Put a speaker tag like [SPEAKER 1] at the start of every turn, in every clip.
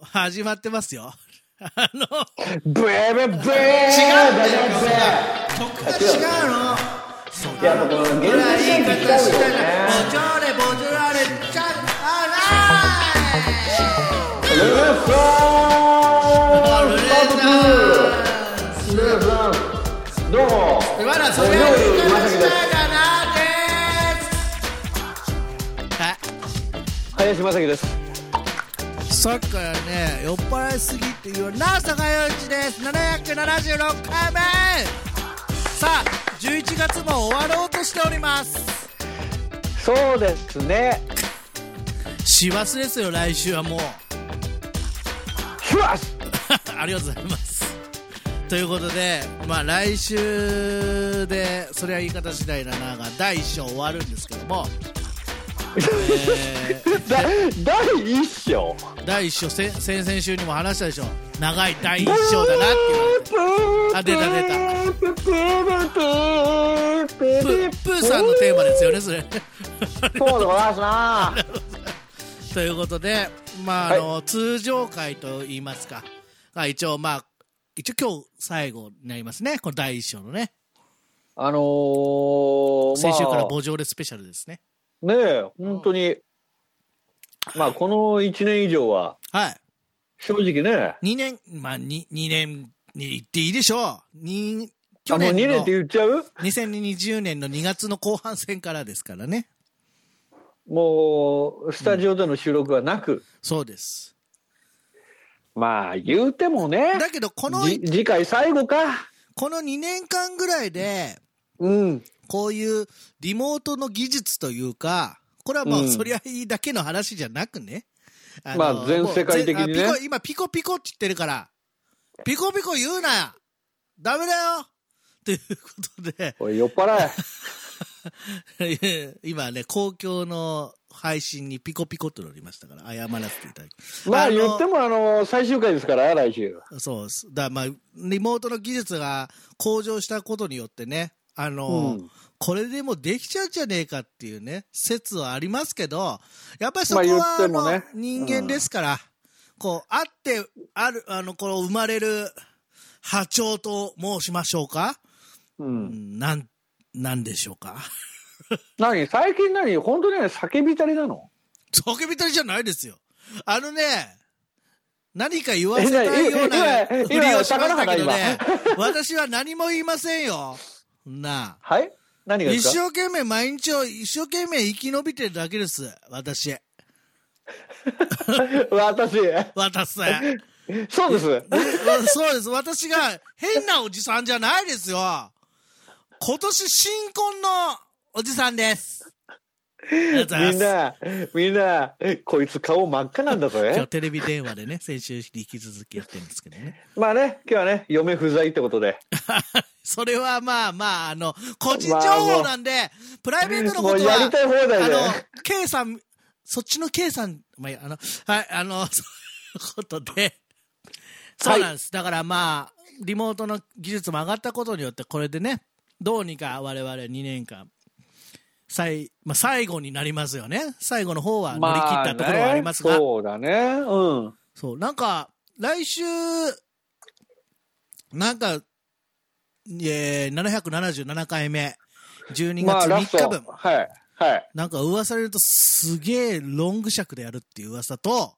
[SPEAKER 1] 始まってますよ。 あの、
[SPEAKER 2] ブエブエブエ違うんだ
[SPEAKER 1] 曲が違うの。そ
[SPEAKER 2] いやもうこの現
[SPEAKER 1] んな言い
[SPEAKER 2] 実
[SPEAKER 1] 方
[SPEAKER 2] に近
[SPEAKER 1] し
[SPEAKER 2] いよ
[SPEAKER 1] たら、
[SPEAKER 2] ね
[SPEAKER 1] ボジョレ、ボジョラレ、チャン、ア
[SPEAKER 2] ルルフランストップルルフランスどうも
[SPEAKER 1] ライまだそれは言い方したかなです。はい。
[SPEAKER 2] 林正樹です
[SPEAKER 1] さっきからね酔っ払いすぎっていうなあ坂陽一です776回目さあ11月も終わろうとしております
[SPEAKER 2] そうですね
[SPEAKER 1] 師走ですよ来週はもう
[SPEAKER 2] シュワス
[SPEAKER 1] ありがとうございますということでまあ来週でそれは言い方次第だなが第1章終わるんですけども、えー
[SPEAKER 2] だ第一章
[SPEAKER 1] 第1章せ先々週にも話したでしょ長い第1章だなって言われてあ出た出たプープーさんのテーマですよねそれ
[SPEAKER 2] そうでございますな
[SPEAKER 1] ということで、まああの
[SPEAKER 2] は
[SPEAKER 1] 通常回といいますか、まあ、一応まあ一応今日最後になりますねこの第一章のね
[SPEAKER 2] あのー、
[SPEAKER 1] 先週から
[SPEAKER 2] まあ
[SPEAKER 1] ボジョレスペシャルですね
[SPEAKER 2] ねえ本当にまあこの1年以上は
[SPEAKER 1] は
[SPEAKER 2] 正直ね
[SPEAKER 1] い2年まあ 2, 2年に言っていいでしょうに去
[SPEAKER 2] あもう
[SPEAKER 1] 年
[SPEAKER 2] 2年
[SPEAKER 1] の
[SPEAKER 2] って言っちゃう
[SPEAKER 1] 2020年の2月の後半戦からですからね
[SPEAKER 2] もうスタジオでの収録はなく、
[SPEAKER 1] そうです
[SPEAKER 2] まあ言うてもね
[SPEAKER 1] だけどこの
[SPEAKER 2] じ次回最後か
[SPEAKER 1] この2年間ぐらいで
[SPEAKER 2] うん
[SPEAKER 1] こういうリモートの技術というか、これはもう、
[SPEAKER 2] うん
[SPEAKER 1] そりゃいいだけの話じゃなくね。の
[SPEAKER 2] まあ全世界的に
[SPEAKER 1] も
[SPEAKER 2] ね
[SPEAKER 1] うぜあピコ今、ピコピコって言ってるから、ピコピコ言うなダメだよということで、
[SPEAKER 2] おい酔っ払 え
[SPEAKER 1] 今ね、公共の配信にピコピコと乗りましたから、謝らせていただき
[SPEAKER 2] まあ
[SPEAKER 1] の
[SPEAKER 2] 言ってもあの最終回ですから来週
[SPEAKER 1] そうです。だからまあ、リモートの技術が向上したことによってね、あの、
[SPEAKER 2] うん
[SPEAKER 1] これでもできちゃうんじゃねえかっていうね、説はありますけど、やっぱりそこ
[SPEAKER 2] まあ
[SPEAKER 1] は、
[SPEAKER 2] 言
[SPEAKER 1] あ
[SPEAKER 2] っても
[SPEAKER 1] の
[SPEAKER 2] ね
[SPEAKER 1] 人間ですから、こう、あって、ある、あの、この生まれる波長と申しましょうか、
[SPEAKER 2] う
[SPEAKER 1] うんん、なん、なんでしょうか。
[SPEAKER 2] 何最近何本当にね酒びたりなの
[SPEAKER 1] 叫びたりじゃないですよ。あのね、何か言わ
[SPEAKER 2] え
[SPEAKER 1] せたいような
[SPEAKER 2] 今今
[SPEAKER 1] ふりをしましたけど
[SPEAKER 2] 今
[SPEAKER 1] ね、私は何も言いませんよ。なあ。
[SPEAKER 2] はい何がで
[SPEAKER 1] 一
[SPEAKER 2] すか
[SPEAKER 1] 生懸命毎日を一生懸命生き延びてるだけです。私。
[SPEAKER 2] 私
[SPEAKER 1] 私。
[SPEAKER 2] そうです
[SPEAKER 1] わそうです。私が変なおじさんじゃないですよ。今年新婚のおじさんです。ありがとうござい
[SPEAKER 2] み
[SPEAKER 1] ま
[SPEAKER 2] ん
[SPEAKER 1] す。
[SPEAKER 2] なみんなこいつ顔真っ赤なんだ
[SPEAKER 1] 今日
[SPEAKER 2] ぜ
[SPEAKER 1] テレビ電話でね、先週に引き続きやってるんですけどね。
[SPEAKER 2] まあね今日はね嫁不在ってことで
[SPEAKER 1] それはまあまあ、あの、個人情報なんで、プライベートの
[SPEAKER 2] も
[SPEAKER 1] こ
[SPEAKER 2] う
[SPEAKER 1] と
[SPEAKER 2] やり
[SPEAKER 1] は、
[SPEAKER 2] たい放題
[SPEAKER 1] あ
[SPEAKER 2] で
[SPEAKER 1] の、K さん、そっちの K さん、まあ、あの、はい、あの、 そういうことで、そうなんです。だからまあ、リモートの技術も上がったことによって、これでね、どうにか我々2年間、最、まあ最後になりますよね。最後の方は乗り切ったところはありますが、
[SPEAKER 2] ね、そうだねうん
[SPEAKER 1] そう、なんか、来週、なんか、えー、777回目、12
[SPEAKER 2] まあ
[SPEAKER 1] 月
[SPEAKER 2] ラス
[SPEAKER 1] 3日
[SPEAKER 2] ト
[SPEAKER 1] 分、
[SPEAKER 2] はいはい
[SPEAKER 1] なんか噂によると、すげえロング尺でやるっていう噂と、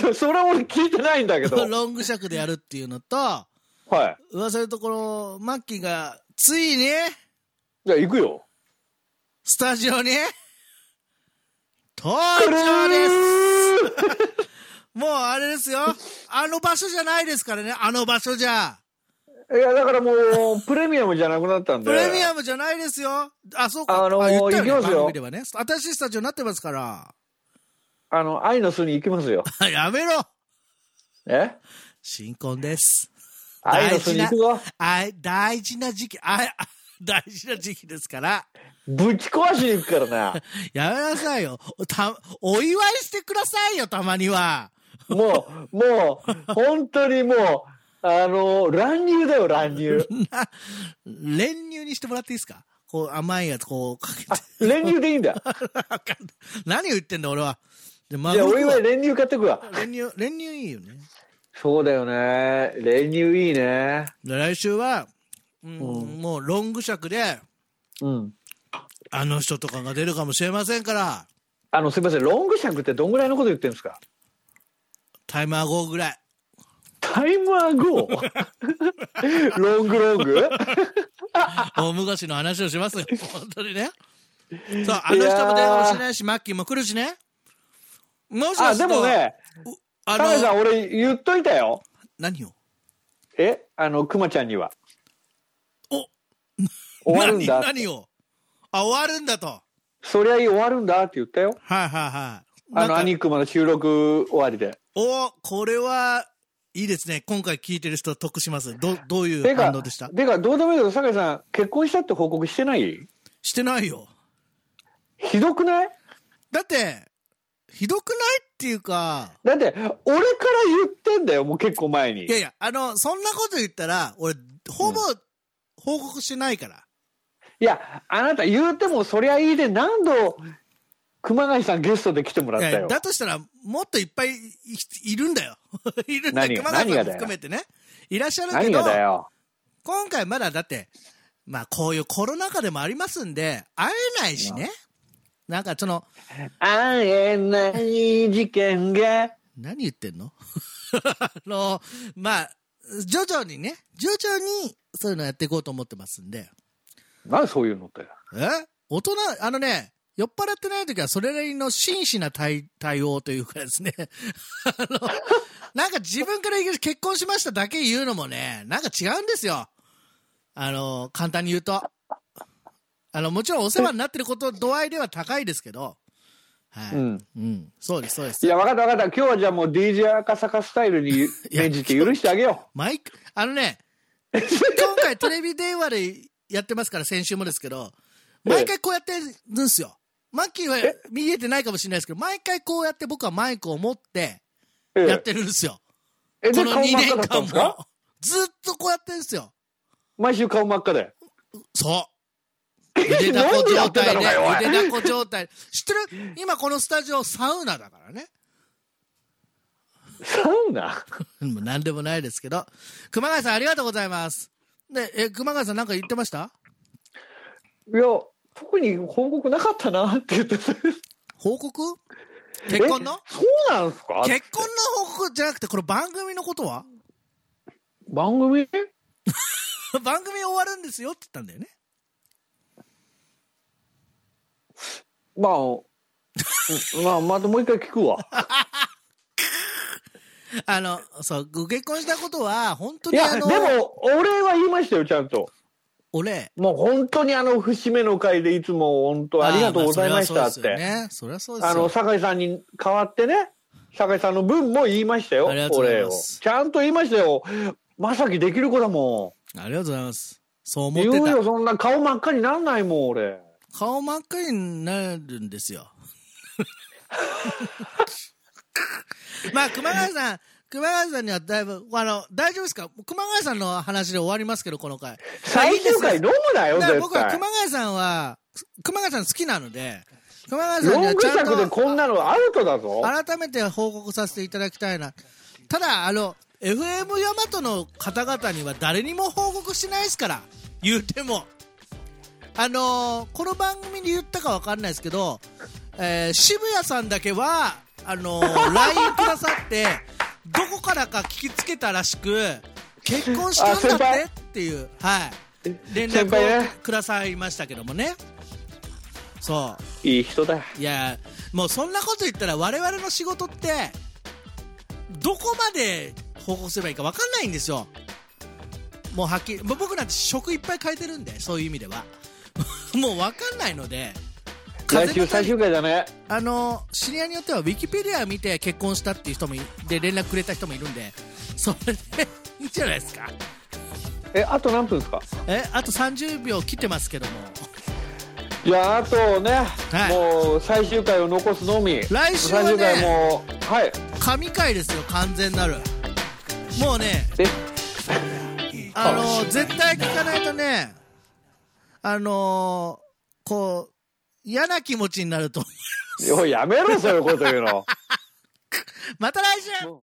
[SPEAKER 2] そそれは俺聞いてないんだけど。
[SPEAKER 1] ロング尺でやるっていうのと、
[SPEAKER 2] はい。
[SPEAKER 1] 噂によると、この、マッキーが、ついに、
[SPEAKER 2] じゃあ行くよ。
[SPEAKER 1] スタジオに、登場ですもうあれですよ。あの場所じゃないですからね、あの場所じゃ。
[SPEAKER 2] いや、だからもう、プレミアムじゃなくなったんで。
[SPEAKER 1] プレミアムじゃないですよ。あ、そうか。
[SPEAKER 2] あのー
[SPEAKER 1] 言った
[SPEAKER 2] 行きますよ
[SPEAKER 1] 番組ではね。新しいスタジオになってますから。
[SPEAKER 2] あの、愛の巣に行きますよ。
[SPEAKER 1] やめろ
[SPEAKER 2] え
[SPEAKER 1] 新婚です。
[SPEAKER 2] 愛の巣に行くぞ。
[SPEAKER 1] あい、大事な時期、あい、あ大事な時期ですから。
[SPEAKER 2] ぶち壊しに行くからな。
[SPEAKER 1] やめなさいよ。た、お祝いしてくださいよ、たまには。
[SPEAKER 2] もう、もう、本当にもう、あの、乱入だよ、乱入。
[SPEAKER 1] 練乳にしてもらっていいですかこう、甘いやつ、こう、かけて。
[SPEAKER 2] 乱入でいいんだ。
[SPEAKER 1] わかんない何を言ってんだ、俺は。でマグ
[SPEAKER 2] いや、
[SPEAKER 1] ロ
[SPEAKER 2] 俺
[SPEAKER 1] 食うわ
[SPEAKER 2] は練乳買ってくわ。
[SPEAKER 1] 練乳練乳いいよね
[SPEAKER 2] そうだよね。練乳いいね。
[SPEAKER 1] で来週は、うん
[SPEAKER 2] うん
[SPEAKER 1] もうロング尺で
[SPEAKER 2] うん。
[SPEAKER 1] あの人とかが出るかもしれませんから
[SPEAKER 2] あの、すいません。ロング尺ってどんぐらいのこと言ってるんですか
[SPEAKER 1] タイマー5ぐらい
[SPEAKER 2] タイムアゴーロングロング
[SPEAKER 1] 大昔の話をし ますよ本当にねそうあの人も出るかもしれないしマッキーも来るしねもしか
[SPEAKER 2] あ、
[SPEAKER 1] す
[SPEAKER 2] で
[SPEAKER 1] る
[SPEAKER 2] も
[SPEAKER 1] と
[SPEAKER 2] ね、
[SPEAKER 1] あ
[SPEAKER 2] タメさ
[SPEAKER 1] の
[SPEAKER 2] ん、俺言っといたよ。
[SPEAKER 1] 何を
[SPEAKER 2] えあの、クマちゃんには。
[SPEAKER 1] お
[SPEAKER 2] 終わるんだ。
[SPEAKER 1] 何何をあ終わるんだとは
[SPEAKER 2] そりゃいい終わるんだって言ったよ。
[SPEAKER 1] いはいはい
[SPEAKER 2] あの、ア
[SPEAKER 1] なんか
[SPEAKER 2] ニクマの収録終わりで。
[SPEAKER 1] おこれはいいですね今回聞いてる人得しますどどういう
[SPEAKER 2] て
[SPEAKER 1] 反
[SPEAKER 2] か
[SPEAKER 1] 応でした、
[SPEAKER 2] てか、どうでもいいけど、酒井さん、結婚したって報告してない
[SPEAKER 1] してないよ
[SPEAKER 2] ひどくない
[SPEAKER 1] だってひどくないっていうか
[SPEAKER 2] だって、俺から言ってんだよ、もう結構前に
[SPEAKER 1] い。やいやあのそんなこと言ったら俺ほぼ報告してないから、
[SPEAKER 2] いや、あなた言うてもそりゃいいで何度熊谷さんゲストで来てもらっ
[SPEAKER 1] い
[SPEAKER 2] た
[SPEAKER 1] や
[SPEAKER 2] よ。
[SPEAKER 1] だとしたらもっといっぱいいいるんだよ いるんだよ
[SPEAKER 2] 何が
[SPEAKER 1] 熊谷さ
[SPEAKER 2] 何が
[SPEAKER 1] ん
[SPEAKER 2] だ
[SPEAKER 1] も
[SPEAKER 2] よ
[SPEAKER 1] 含めてねいらっしゃるけ
[SPEAKER 2] 何
[SPEAKER 1] ど
[SPEAKER 2] がだよ。
[SPEAKER 1] 今回まだだってまあこういうコロナ禍でもありますんで会えないしねなんかその
[SPEAKER 2] 会えない事件が。
[SPEAKER 1] 何言ってんの あのまあ徐々にね徐々にそういうのやっていこうと思ってますんで
[SPEAKER 2] なんでそういうのって。
[SPEAKER 1] え大人あのね酔っ払ってない時はそれなりの真摯な対対応というかですね あのなんか自分から言う結婚しましただけ言うのもねなんか違うんですよあの簡単に言うとあのもちろんお世話になってること度合いでは高いですけどはい、
[SPEAKER 2] うん
[SPEAKER 1] うんそうですそうです
[SPEAKER 2] いや、わかったわかった。今日はじゃあもう DJ 赤坂スタイルに演じて許してあげよ
[SPEAKER 1] マイク、あの ね、今回テレビ電話でやってますから、先週もですけど、毎回こうやってるんですよ。マッキーは見えてないかもしれないですけど、毎回こうやって僕はマイクを持って
[SPEAKER 2] う。
[SPEAKER 1] や
[SPEAKER 2] え
[SPEAKER 1] ってるんですよ。
[SPEAKER 2] え、え
[SPEAKER 1] こ
[SPEAKER 2] で、
[SPEAKER 1] の
[SPEAKER 2] 顔
[SPEAKER 1] 2
[SPEAKER 2] 真っ
[SPEAKER 1] 年
[SPEAKER 2] 赤だったん
[SPEAKER 1] 間
[SPEAKER 2] ですか
[SPEAKER 1] も。ずっとこうやってるんですよ。
[SPEAKER 2] 毎週顔真っ赤で。
[SPEAKER 1] そう。ゆでだこ状態で、
[SPEAKER 2] なん でやってたのかよおい
[SPEAKER 1] ゆでだこ状態。知ってる今このスタジオサウナだからね。
[SPEAKER 2] サウナ
[SPEAKER 1] もう何でもないですけど。熊谷さんありがとうございます。で、え、熊谷さんなんか言ってました
[SPEAKER 2] いや、特に報告なかったなって言ってた。
[SPEAKER 1] 報告結婚の
[SPEAKER 2] えそうなんですか
[SPEAKER 1] 結婚の報告じゃなくて、この番組のことは
[SPEAKER 2] 番組
[SPEAKER 1] 番組終わるんですよって言ったんだよね。
[SPEAKER 2] ま あ、うんまあ、またもう一回聞くわ。
[SPEAKER 1] あの、そう、ご結婚したことは、本当
[SPEAKER 2] い
[SPEAKER 1] に
[SPEAKER 2] や、
[SPEAKER 1] あ
[SPEAKER 2] で
[SPEAKER 1] の、
[SPEAKER 2] も、お礼は言いましたよ、ちゃんと。
[SPEAKER 1] お礼。
[SPEAKER 2] もう本当にあの節目の会でいつも本当ありがとうございましたっ
[SPEAKER 1] あー
[SPEAKER 2] て。
[SPEAKER 1] まあそれはそうですよね。そり
[SPEAKER 2] あ
[SPEAKER 1] ゃそうで
[SPEAKER 2] の、
[SPEAKER 1] すよ。
[SPEAKER 2] 酒井さんに代わってね、酒井さんの分も言いましたよ、
[SPEAKER 1] ありがとう
[SPEAKER 2] お
[SPEAKER 1] ござい
[SPEAKER 2] 礼
[SPEAKER 1] ま
[SPEAKER 2] を。
[SPEAKER 1] す
[SPEAKER 2] ちゃんと言いましたよ。まさきできる子だも
[SPEAKER 1] ありがとうございます。そう思
[SPEAKER 2] ん。
[SPEAKER 1] っ
[SPEAKER 2] 言
[SPEAKER 1] て
[SPEAKER 2] う
[SPEAKER 1] た
[SPEAKER 2] よ、。そんな顔真っ赤になんないもん、俺。
[SPEAKER 1] 顔真っ赤になるんです よ。まあ、熊谷さん、熊谷さんにはだいぶ、あの、大丈夫ですか熊谷さんの話で終わりますけど、この回。
[SPEAKER 2] 最終回飲むなよ、
[SPEAKER 1] だから
[SPEAKER 2] 絶
[SPEAKER 1] 僕は
[SPEAKER 2] 対
[SPEAKER 1] 熊。谷さんは、熊谷さん好きなので、熊谷さんに
[SPEAKER 2] ロ
[SPEAKER 1] は
[SPEAKER 2] ング
[SPEAKER 1] ちゃん
[SPEAKER 2] 尺で
[SPEAKER 1] と
[SPEAKER 2] こんなのアウトだぞ。
[SPEAKER 1] 改めて報告させていただきたいな。ただ、あの、FM 大和の方々には誰にも報告しないですから、言うても。あのーこの番組で言ったかわかんないですけど、えー渋谷さんだけは、あの ー LINE くださって、どこからか聞きつけたらしく、結婚したんだってっていう、はい、連
[SPEAKER 2] 先輩
[SPEAKER 1] 絡を
[SPEAKER 2] ね
[SPEAKER 1] くださいましたけどもね。そう。
[SPEAKER 2] いい人だ。
[SPEAKER 1] いやもうそんなこと言ったら我々の仕事ってどこまで報告すればいいか分かんないんですよもうはっきりぼ僕なんて職いっぱい変えてるんでそういう意味では もう分かんないので
[SPEAKER 2] 来
[SPEAKER 1] 風
[SPEAKER 2] 週
[SPEAKER 1] の
[SPEAKER 2] 最
[SPEAKER 1] 谷
[SPEAKER 2] 終回だね。
[SPEAKER 1] あの知り合いによってはウィキペディア見て結婚したっていう人もいで連絡くれた人もいるんでそれでいいんじゃないですか
[SPEAKER 2] え、あと何分ですか
[SPEAKER 1] えあと30秒切ってますけども
[SPEAKER 2] じゃああとね、
[SPEAKER 1] はい
[SPEAKER 2] もう最終回を残すのみ
[SPEAKER 1] 来週はね
[SPEAKER 2] 最終回もはい
[SPEAKER 1] 神回ですよ完全なるもうね
[SPEAKER 2] え
[SPEAKER 1] あの絶対聞かないとね、あのこう、嫌な気持ちになると思いま
[SPEAKER 2] おいやめろ、そういうこと言うの。
[SPEAKER 1] また来週
[SPEAKER 2] もう